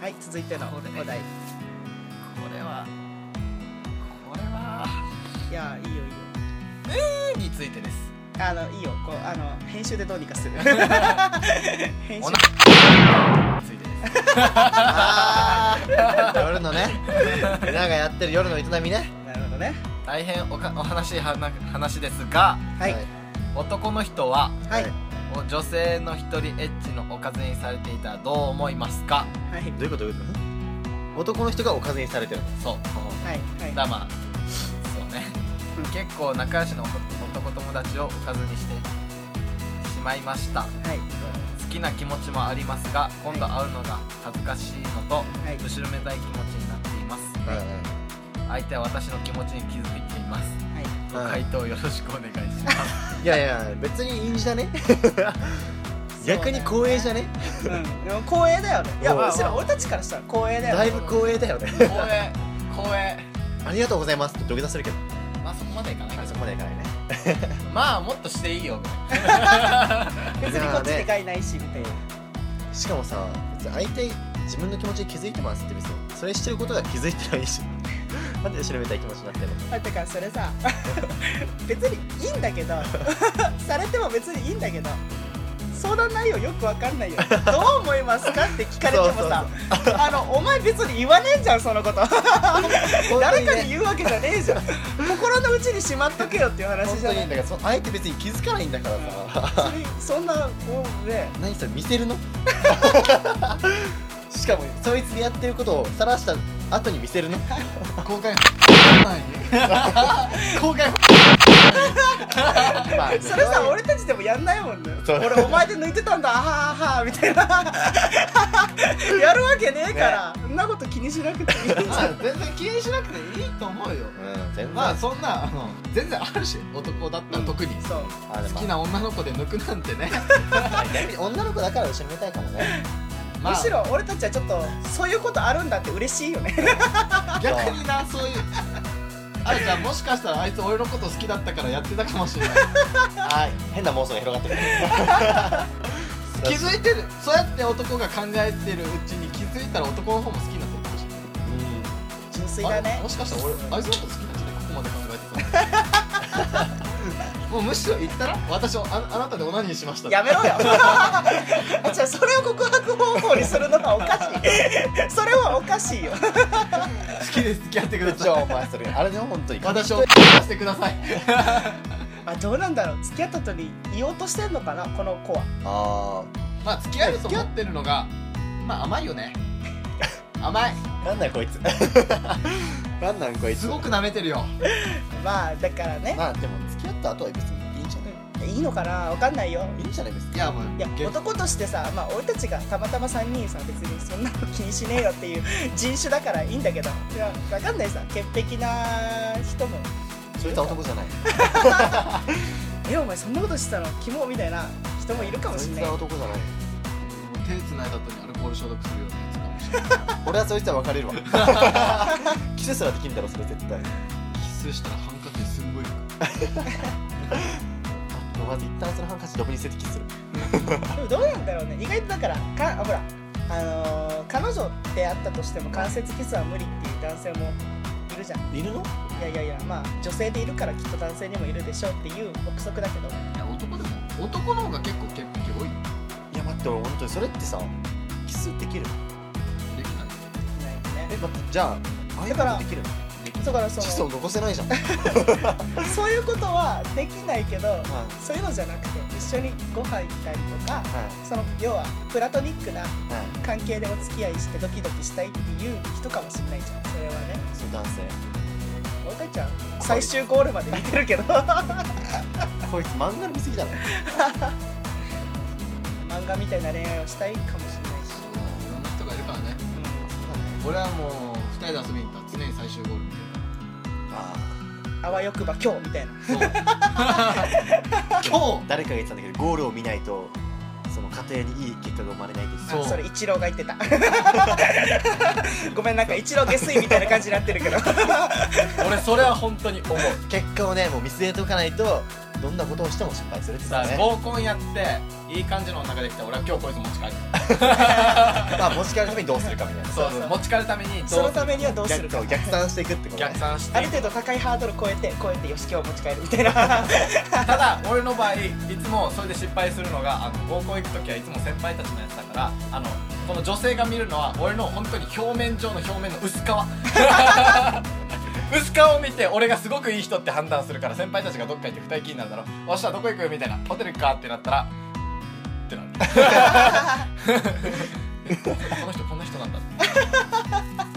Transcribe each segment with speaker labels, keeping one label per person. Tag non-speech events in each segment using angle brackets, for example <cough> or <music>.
Speaker 1: はい続いての
Speaker 2: これ
Speaker 1: お題
Speaker 2: これはこれはい
Speaker 1: やいいよいいよ
Speaker 2: 「についてです
Speaker 1: あのいいよこうあの編集でどうに
Speaker 3: <laughs>
Speaker 1: かする
Speaker 2: 「
Speaker 1: 編
Speaker 2: お
Speaker 1: 集
Speaker 2: な」についてです
Speaker 3: あー夜のねみんながやってる夜の営みね
Speaker 1: なるほどね
Speaker 2: 大変おかお話しはな話ですが
Speaker 1: はい
Speaker 2: 男の人は
Speaker 1: はい
Speaker 2: お女性の一人エッチのおかずにされていたらどう思いますか
Speaker 1: はい
Speaker 3: どういうことどういうこと男の人がおかずにされてる
Speaker 2: そう
Speaker 1: はいはい
Speaker 2: だまあそうね
Speaker 1: うん
Speaker 2: 結構仲良しの男友達をおかずにしてしまいました
Speaker 1: はい
Speaker 2: 好きな気持ちもありますが今度会うのが恥ずかしいのと
Speaker 1: はい
Speaker 2: 後ろめたい気持ちになっています
Speaker 3: はいはい
Speaker 2: 相手は私の気持ちに気づいています
Speaker 1: はい
Speaker 2: ご回答よろしくお願いします
Speaker 3: いやいや別にいいんじゃね逆に光栄じゃね
Speaker 1: うん、でも光栄だよねいや
Speaker 3: おう
Speaker 1: むしろ俺たちからしたら光栄だよ
Speaker 3: だ
Speaker 1: ね
Speaker 3: いぶ光栄だよね
Speaker 2: <laughs> 光栄光栄
Speaker 3: ありがとうございますって土下座するけど
Speaker 2: まあそこまでいかない
Speaker 3: あ
Speaker 2: か
Speaker 3: そこまでいかないね
Speaker 2: まあもっとしていいよ
Speaker 1: 別にこっちでかいないしみたいな
Speaker 3: しかもさ別に相手自分の気持ちに気づいてますって別にそれしてることが気づいてな
Speaker 1: <laughs>
Speaker 3: いしなんで後ろめたい気持ちになってるの
Speaker 1: あだからそれさ <laughs> 別にいいんだけど <laughs> されても別にいいんだけど相談内容よくわかん <laughs> ないよどう思いますかって聞かれてもさあのお前別に言わねえじゃんそのこと誰かに言うわけじゃねえじゃん心の内にしまっとけよっていう話
Speaker 3: 本
Speaker 1: じ
Speaker 3: 当
Speaker 1: ゃ
Speaker 3: に
Speaker 1: な
Speaker 3: だ
Speaker 1: い
Speaker 3: からそ相手別に気づかないんだからさ、
Speaker 1: それそんなもうね
Speaker 3: 何それ見
Speaker 2: <laughs>
Speaker 3: せるのしかもそいつにやってることを晒した後に見せるの
Speaker 2: 公開
Speaker 3: 公開まあ
Speaker 1: それさ俺たちでもやんないもんね
Speaker 3: そう
Speaker 1: 俺お前で抜いてたんだあはあはあみた <laughs> いなやるわけねえから、そんなこと気にしなくていい
Speaker 2: 全然気にしなくていいと思うよ
Speaker 3: うん全然、
Speaker 2: まあそんなあの全然あるし男だったら特に
Speaker 1: そう
Speaker 3: あでも
Speaker 2: 好きな女の子で抜くなんてね
Speaker 3: 逆に女の子だから後ろめたいかもね
Speaker 2: まあ
Speaker 1: むしろ俺たちはちょっとそういうことあるんだって嬉しいよね
Speaker 2: 逆になそういう <laughs> あじゃあもしかしたらあいつ俺のこと好きだったからやってたかもしれない
Speaker 3: あ変な妄想が広がってくる
Speaker 2: 気づいてるそうやって男が考えてるうちに気づいたら男の方も好きになってるかもしれない
Speaker 3: うん
Speaker 1: 純粋だ
Speaker 2: あ
Speaker 1: ね
Speaker 2: もしかしたら俺あいつのこと好きなんじゃないここまで考えてたのもうむしろ言ったら私をああなたでオナニーしました
Speaker 1: やめろよ <laughs> じゃあそれを告白方法にするのはおかしい <laughs> それはおかしいよ <laughs>
Speaker 2: 好きです付き合ってくだ
Speaker 3: じゃ
Speaker 2: さ
Speaker 3: あ
Speaker 2: い
Speaker 3: お前それあれね本当に
Speaker 2: 私をしてください
Speaker 1: あどうなんだろう付き合った後に言おうとしてんのかなこの子は
Speaker 3: あ
Speaker 2: まあ付き合えると思ってるのがまあ甘いよね甘い
Speaker 3: あなんなんこ
Speaker 2: <laughs>
Speaker 3: いつなんなんこいつ
Speaker 2: すごく舐めてるよ
Speaker 1: まあだからね
Speaker 3: まあでも付き合った後は別にいいんじゃない
Speaker 1: うんいいのかなわかんないよ
Speaker 3: いいんじゃない別に
Speaker 2: いやもう
Speaker 1: いや
Speaker 2: げ
Speaker 1: 男としてさ、まあ、俺たちがたまたま3人さ別にそんなの気にしねえよっていう人種だからいいんだけどいやわかんないさ潔癖な人も
Speaker 3: そいつは男じゃない
Speaker 1: えお前そんなことしてたのキモみたいな人もいるかもし
Speaker 3: そい
Speaker 1: ん
Speaker 3: つ
Speaker 1: ない
Speaker 3: は男じゃない
Speaker 2: 手つないだ後にアルコール消毒するようなやつかもしれない
Speaker 3: 俺はそいつは別れるわキスすらできんだろそれ絶対
Speaker 2: キスしたらハンカチすんごい
Speaker 3: まず一旦そのハンカチドブに捨ててキスする
Speaker 1: でもどうなんだろうね意外とだからかあほらあのー彼女ってあったとしても関節キスは無理っていう男性もいるじゃんい
Speaker 3: いるの
Speaker 1: やいやいやまあ女性でいるからきっと男性にもいるでしょうっていう憶測だけど
Speaker 2: いや男でも男の方が結構潔癖多いよ
Speaker 3: いや待って俺本当にそれってさキスでき
Speaker 2: できな
Speaker 3: る
Speaker 2: い
Speaker 1: ないよ
Speaker 3: え
Speaker 1: ね
Speaker 3: 待ってじゃあああいうこ
Speaker 1: だから
Speaker 3: とできるの
Speaker 2: できな
Speaker 1: だ
Speaker 2: い
Speaker 1: からそ
Speaker 3: キスを
Speaker 1: の
Speaker 3: 残せないじゃん
Speaker 1: そういうことはできないけど
Speaker 3: は
Speaker 1: そういうのじゃなくて一緒にご飯行ったりとか
Speaker 3: いは
Speaker 1: その要はプラトニックない
Speaker 3: はい
Speaker 1: 関係でお付き合いしてドキドキしたいっていう人かもしれないじゃんそれはね
Speaker 3: そう男性
Speaker 1: 俺たちは最終ゴールまで見てるけど <laughs> 漫
Speaker 3: こいつ漫画の見過ぎだろ
Speaker 1: 画みたいな恋愛をしたいかもしれないし、
Speaker 2: いろんな人がいるからね俺はもう二人で遊びに行ったら常に最終ゴールみ
Speaker 3: あ
Speaker 1: うん、あわよくば今日みたいな
Speaker 2: たいな <laughs> そう今日
Speaker 3: 誰かが言ってたんだけどゴールを見ないとその家庭にいい結果が生まれないって言ってた
Speaker 2: そう
Speaker 1: あそれ一郎が言ってた <laughs> ごめんなんか一郎下水みたいな感じになってるけど
Speaker 2: 俺それは本当に思う
Speaker 3: 結果をねもう見据えておかないとどんなことをしても失敗するって
Speaker 2: さ
Speaker 3: さ、
Speaker 2: あ
Speaker 3: ね、
Speaker 2: 合コンやっていい感じのお腹できた俺は今日こいつ持ち帰る
Speaker 3: まあ持ち帰るためにどうするかみたいな
Speaker 2: そうそう持ち帰るためにどうす
Speaker 1: そ
Speaker 2: る
Speaker 1: のためにはどうするか
Speaker 3: 逆逆算していくってことね
Speaker 2: 逆算して
Speaker 1: ある程度高いハードル超えて超えてよし今日持ち帰るみたいな <laughs>
Speaker 2: ただ俺の場合いつもそれで失敗するのがあの合コン行く時はいつも先輩たちのやつだからあのこの女性が見るのは俺の本当に表面上の表面の薄皮 <laughs> 薄皮を見て俺がすごくいい人って判断するから先輩たちがどっか行って二人きりになるだろ明日どこ行くみたいなホテル行くかってなったらってなるこの人こんな人なんだ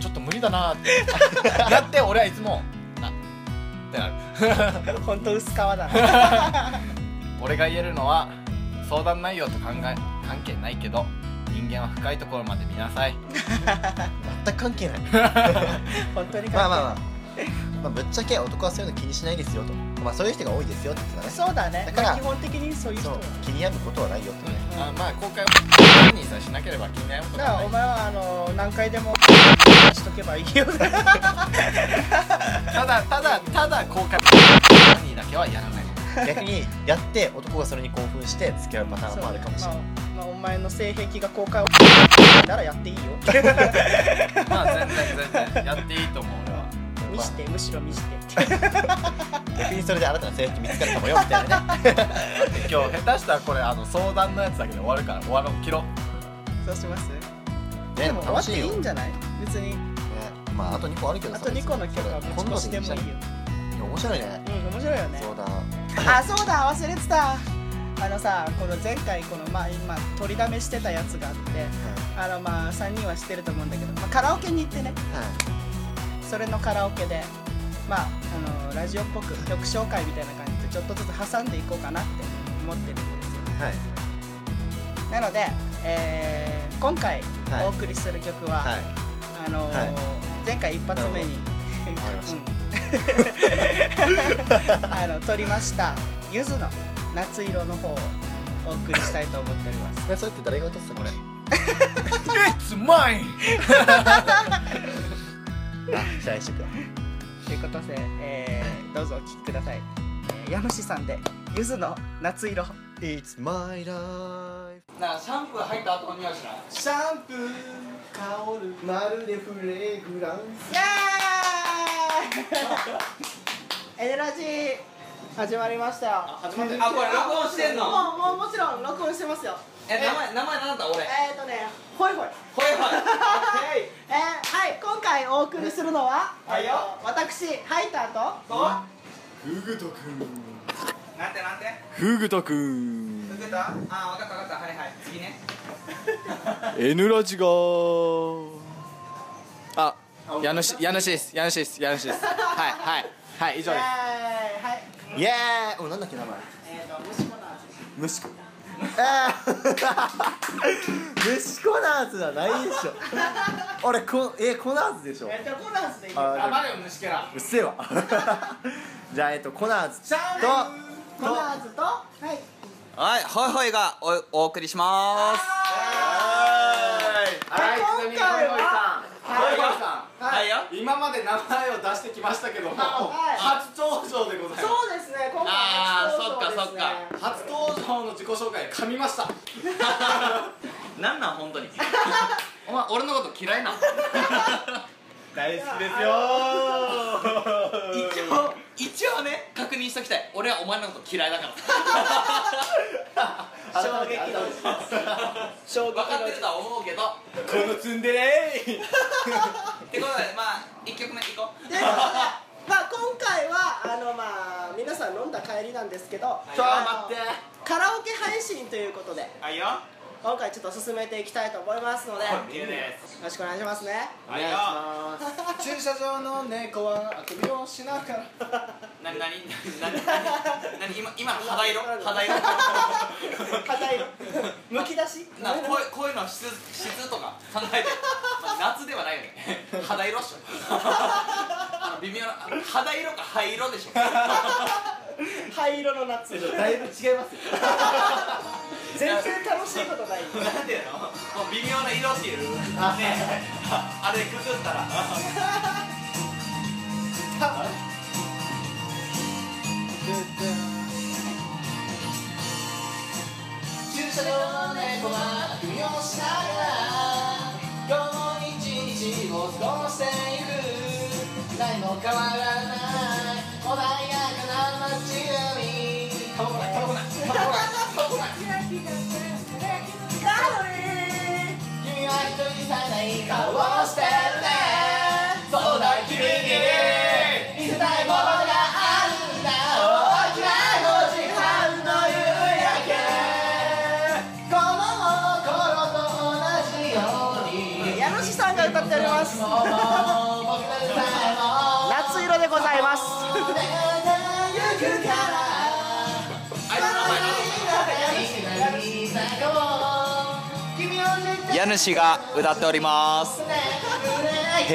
Speaker 2: ちょっと無理だなってなって俺はいつもなってなる
Speaker 1: 本当薄皮だ
Speaker 3: <laughs>
Speaker 1: な
Speaker 2: 俺が言えるのは相談内容と考え関係ないけど人間は深いところまで見なさい
Speaker 3: 全く関
Speaker 1: <laughs>
Speaker 3: 係ない
Speaker 1: 本当に関
Speaker 3: まあまあまあ、まあ、ぶっちゃけ男はそういうの気にしないですよとまあそういう人が多いですよって言っ
Speaker 1: 係
Speaker 3: てたね
Speaker 1: そうだね
Speaker 3: だから
Speaker 1: まあ基本的にそういう人
Speaker 3: そう気に病むことはないよってね
Speaker 2: あまあ公開を本人さえしなければ気になること
Speaker 1: だ
Speaker 2: は
Speaker 1: から
Speaker 2: ない
Speaker 1: お前はあの何回でも出しとけばいい
Speaker 3: <laughs>
Speaker 1: よ
Speaker 2: ただただただ公開本人だけはやら <laughs> ない
Speaker 3: 逆にやって男がそれに興奮して付き合うパターンもあるかもしれない、
Speaker 1: まあまあお前の性癖が公開をならやっていいよ
Speaker 2: まあ全然全然やっていいと思う俺は
Speaker 1: 見
Speaker 3: ま
Speaker 1: してむしろ見してって
Speaker 3: あ、逆にそれで新たな性癖見つかるかもよみたいなね
Speaker 2: 今日下手したらこれあの相談のやつだけで終わるから終わろう切ろう
Speaker 1: <laughs> そうします
Speaker 3: ね
Speaker 1: <laughs> でも終わ
Speaker 3: 楽
Speaker 1: ってい
Speaker 3: しい
Speaker 1: い
Speaker 3: よ、
Speaker 1: んじゃない別に
Speaker 3: ねまああと2個あるけど
Speaker 1: あ
Speaker 3: さ
Speaker 1: と2個の曲は持ち越してもいいよ
Speaker 3: 面白いね
Speaker 1: うん面白いよね
Speaker 3: そうだ
Speaker 1: あそうだ忘れてたあのさこの前回このまあ今取りだめしてたやつがあってあのまあ3人は知ってると思うんだけど、まあ、カラオケに行ってねそれのカラオケでまああのラジオっぽく曲紹介みたいな感じでちょっとずつ挟んでいこうかなって思ってるんですよ
Speaker 3: は
Speaker 1: な
Speaker 3: い
Speaker 1: ので、えー今回
Speaker 3: はい
Speaker 1: お送りする曲は、
Speaker 3: はい
Speaker 1: あのー
Speaker 3: はい
Speaker 1: 前回一発目に
Speaker 3: わかりまし
Speaker 1: うん <laughs> あの撮りましたゆずの夏色の方をお送りしたいと思っております
Speaker 3: でそれって誰が歌って
Speaker 1: <laughs>
Speaker 3: たのこれ
Speaker 2: It's mine!
Speaker 3: あ期待してくよ
Speaker 1: ということで、えーどうぞお聴きください、えー、家主さんでゆずの夏色
Speaker 3: It's my life
Speaker 2: なあシャンプー入った後の匂いしない
Speaker 3: シャンプー香るまるでフレグランス
Speaker 1: イエーイエネラジー始まりましたよ
Speaker 2: 始まってあこれ録音してんの
Speaker 1: もうもうもちろん録音してますよ
Speaker 2: え名前名前なんだ俺
Speaker 1: えー、っとねほいほい
Speaker 2: ほいほい
Speaker 1: <laughs>
Speaker 2: OK
Speaker 1: えー、はい今回お送りするのは、
Speaker 2: はいよ
Speaker 1: えー私ハイターと
Speaker 2: フグトくん
Speaker 4: なんてなんて
Speaker 2: フグトくん
Speaker 4: 受けたああ分かった分かったはいはい次ね
Speaker 2: N ラジがあ家主家主です家主です家主ですはいはいはい
Speaker 1: <laughs> イエー
Speaker 2: 以上
Speaker 1: イ
Speaker 2: で
Speaker 1: はい
Speaker 3: イエーイおなんだっけ名前
Speaker 1: えー、っと虫コナーズ
Speaker 3: 虫コあー虫コナーズじゃないでしょ俺こえコナーズでしょ
Speaker 1: えー、っとコナーズでいい
Speaker 2: す
Speaker 3: あー
Speaker 2: 黙れよ虫けら
Speaker 3: うっせえわじゃあえっとコナーズと
Speaker 1: コナーズとはい
Speaker 4: はいホイホイがおお送りします
Speaker 2: はいちなみに
Speaker 1: 今回
Speaker 2: ほいほいさ
Speaker 1: は
Speaker 2: んほいほいさん
Speaker 4: はいよ
Speaker 2: 今まで名前を出してきましたけども
Speaker 1: はい
Speaker 2: 初登場でございます
Speaker 1: そうですね今回
Speaker 4: あー
Speaker 1: 初登場ですね
Speaker 4: そ
Speaker 2: 初登場の自己紹介噛みました
Speaker 4: なんなん本
Speaker 2: <laughs>
Speaker 4: 当にお前俺のこと嫌いなの
Speaker 2: 大好きですよ
Speaker 4: 一応一応ね確認しときたい俺はお前のこと嫌いだから
Speaker 1: 衝撃の衝撃
Speaker 4: 分か
Speaker 1: の
Speaker 4: ってるとは思うけどっ
Speaker 2: このツンデレー
Speaker 4: てことでまあ一曲目いこう
Speaker 1: ということでまあ今回はあのまあ皆さん飲んだ帰りなんですけど
Speaker 4: ちょ
Speaker 1: あの
Speaker 4: 待って
Speaker 1: カラオケ配信ということで
Speaker 4: はいよ
Speaker 1: 今回ちょっと進めていきたいと思いますのでよ
Speaker 4: いです
Speaker 1: ろしくお願いしますね
Speaker 4: はいよ
Speaker 2: 駐車場の猫はあくびをしながら
Speaker 4: なになになになに今今の肌色肌色
Speaker 1: 硬いのむき出し
Speaker 4: なこういうこういうの質質とか考えて、まあ、夏ではないよね肌色っしょあの微妙な肌色か灰色でしょ
Speaker 1: 灰色の夏
Speaker 3: だいぶ違いますよ
Speaker 1: 全然楽しいことない
Speaker 4: なんでのもう微妙な色っていうねあれでくぐったら
Speaker 2: 「
Speaker 1: その猫は首をしながら今日も一日を過ごしている何も変わらない穏やかな街並み
Speaker 4: タバコないタバコないタバコないタバコない
Speaker 1: 君は一人じゃない顔をしてるね
Speaker 4: そうだ君に
Speaker 1: 見せたいものがあるんだ大きな5時半の夕焼けこの頃と同じように家主さんが歌っており <laughs> ます夏色でございます
Speaker 4: あいつの名前なんだ
Speaker 5: 家主が歌っております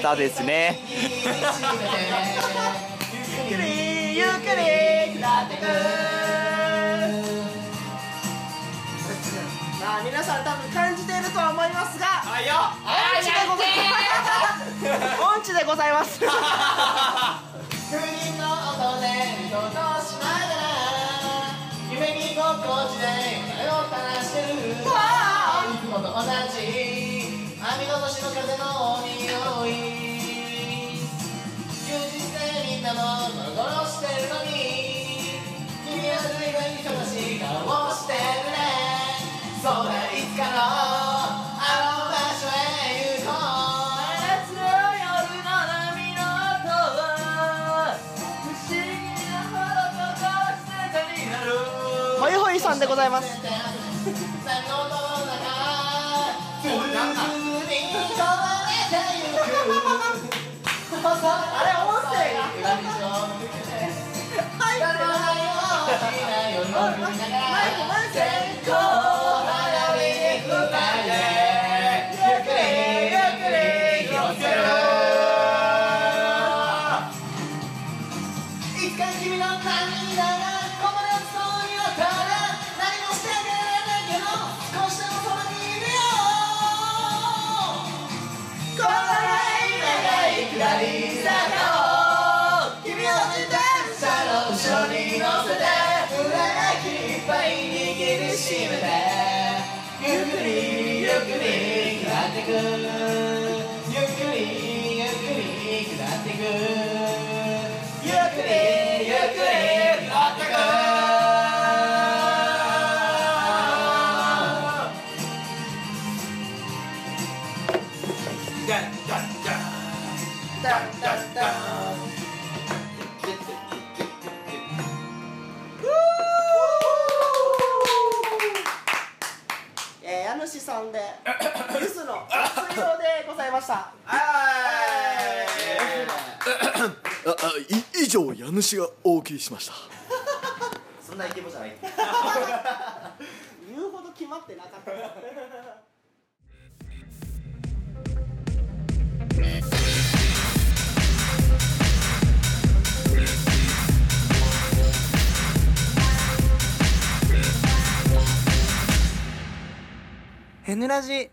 Speaker 5: 下手ですね
Speaker 1: ゆっくりゆっくり下ってくまあ皆さん多分感じているとは思いますが
Speaker 4: あいや
Speaker 1: 音痴でござい <laughs> ます音痴でございます不倫の音で人としながら夢に心地で目を垂らしてるいつもと同じ網の年の風の匂い休日でみんなもゴロゴロしてるのに君は随分忙しい顔をしてるねそうだいつかのあの場所へ行こう夏の夜の波の音不思議なほど心静かになるホイホイさんでございます <laughs> あれ音声はいえー家主さんでユスの水道でございました
Speaker 6: ああい以上家主がお送りしました
Speaker 3: <laughs> そんなイケボじゃない
Speaker 1: <laughs> 言うほど決まってなかったヘヌラジ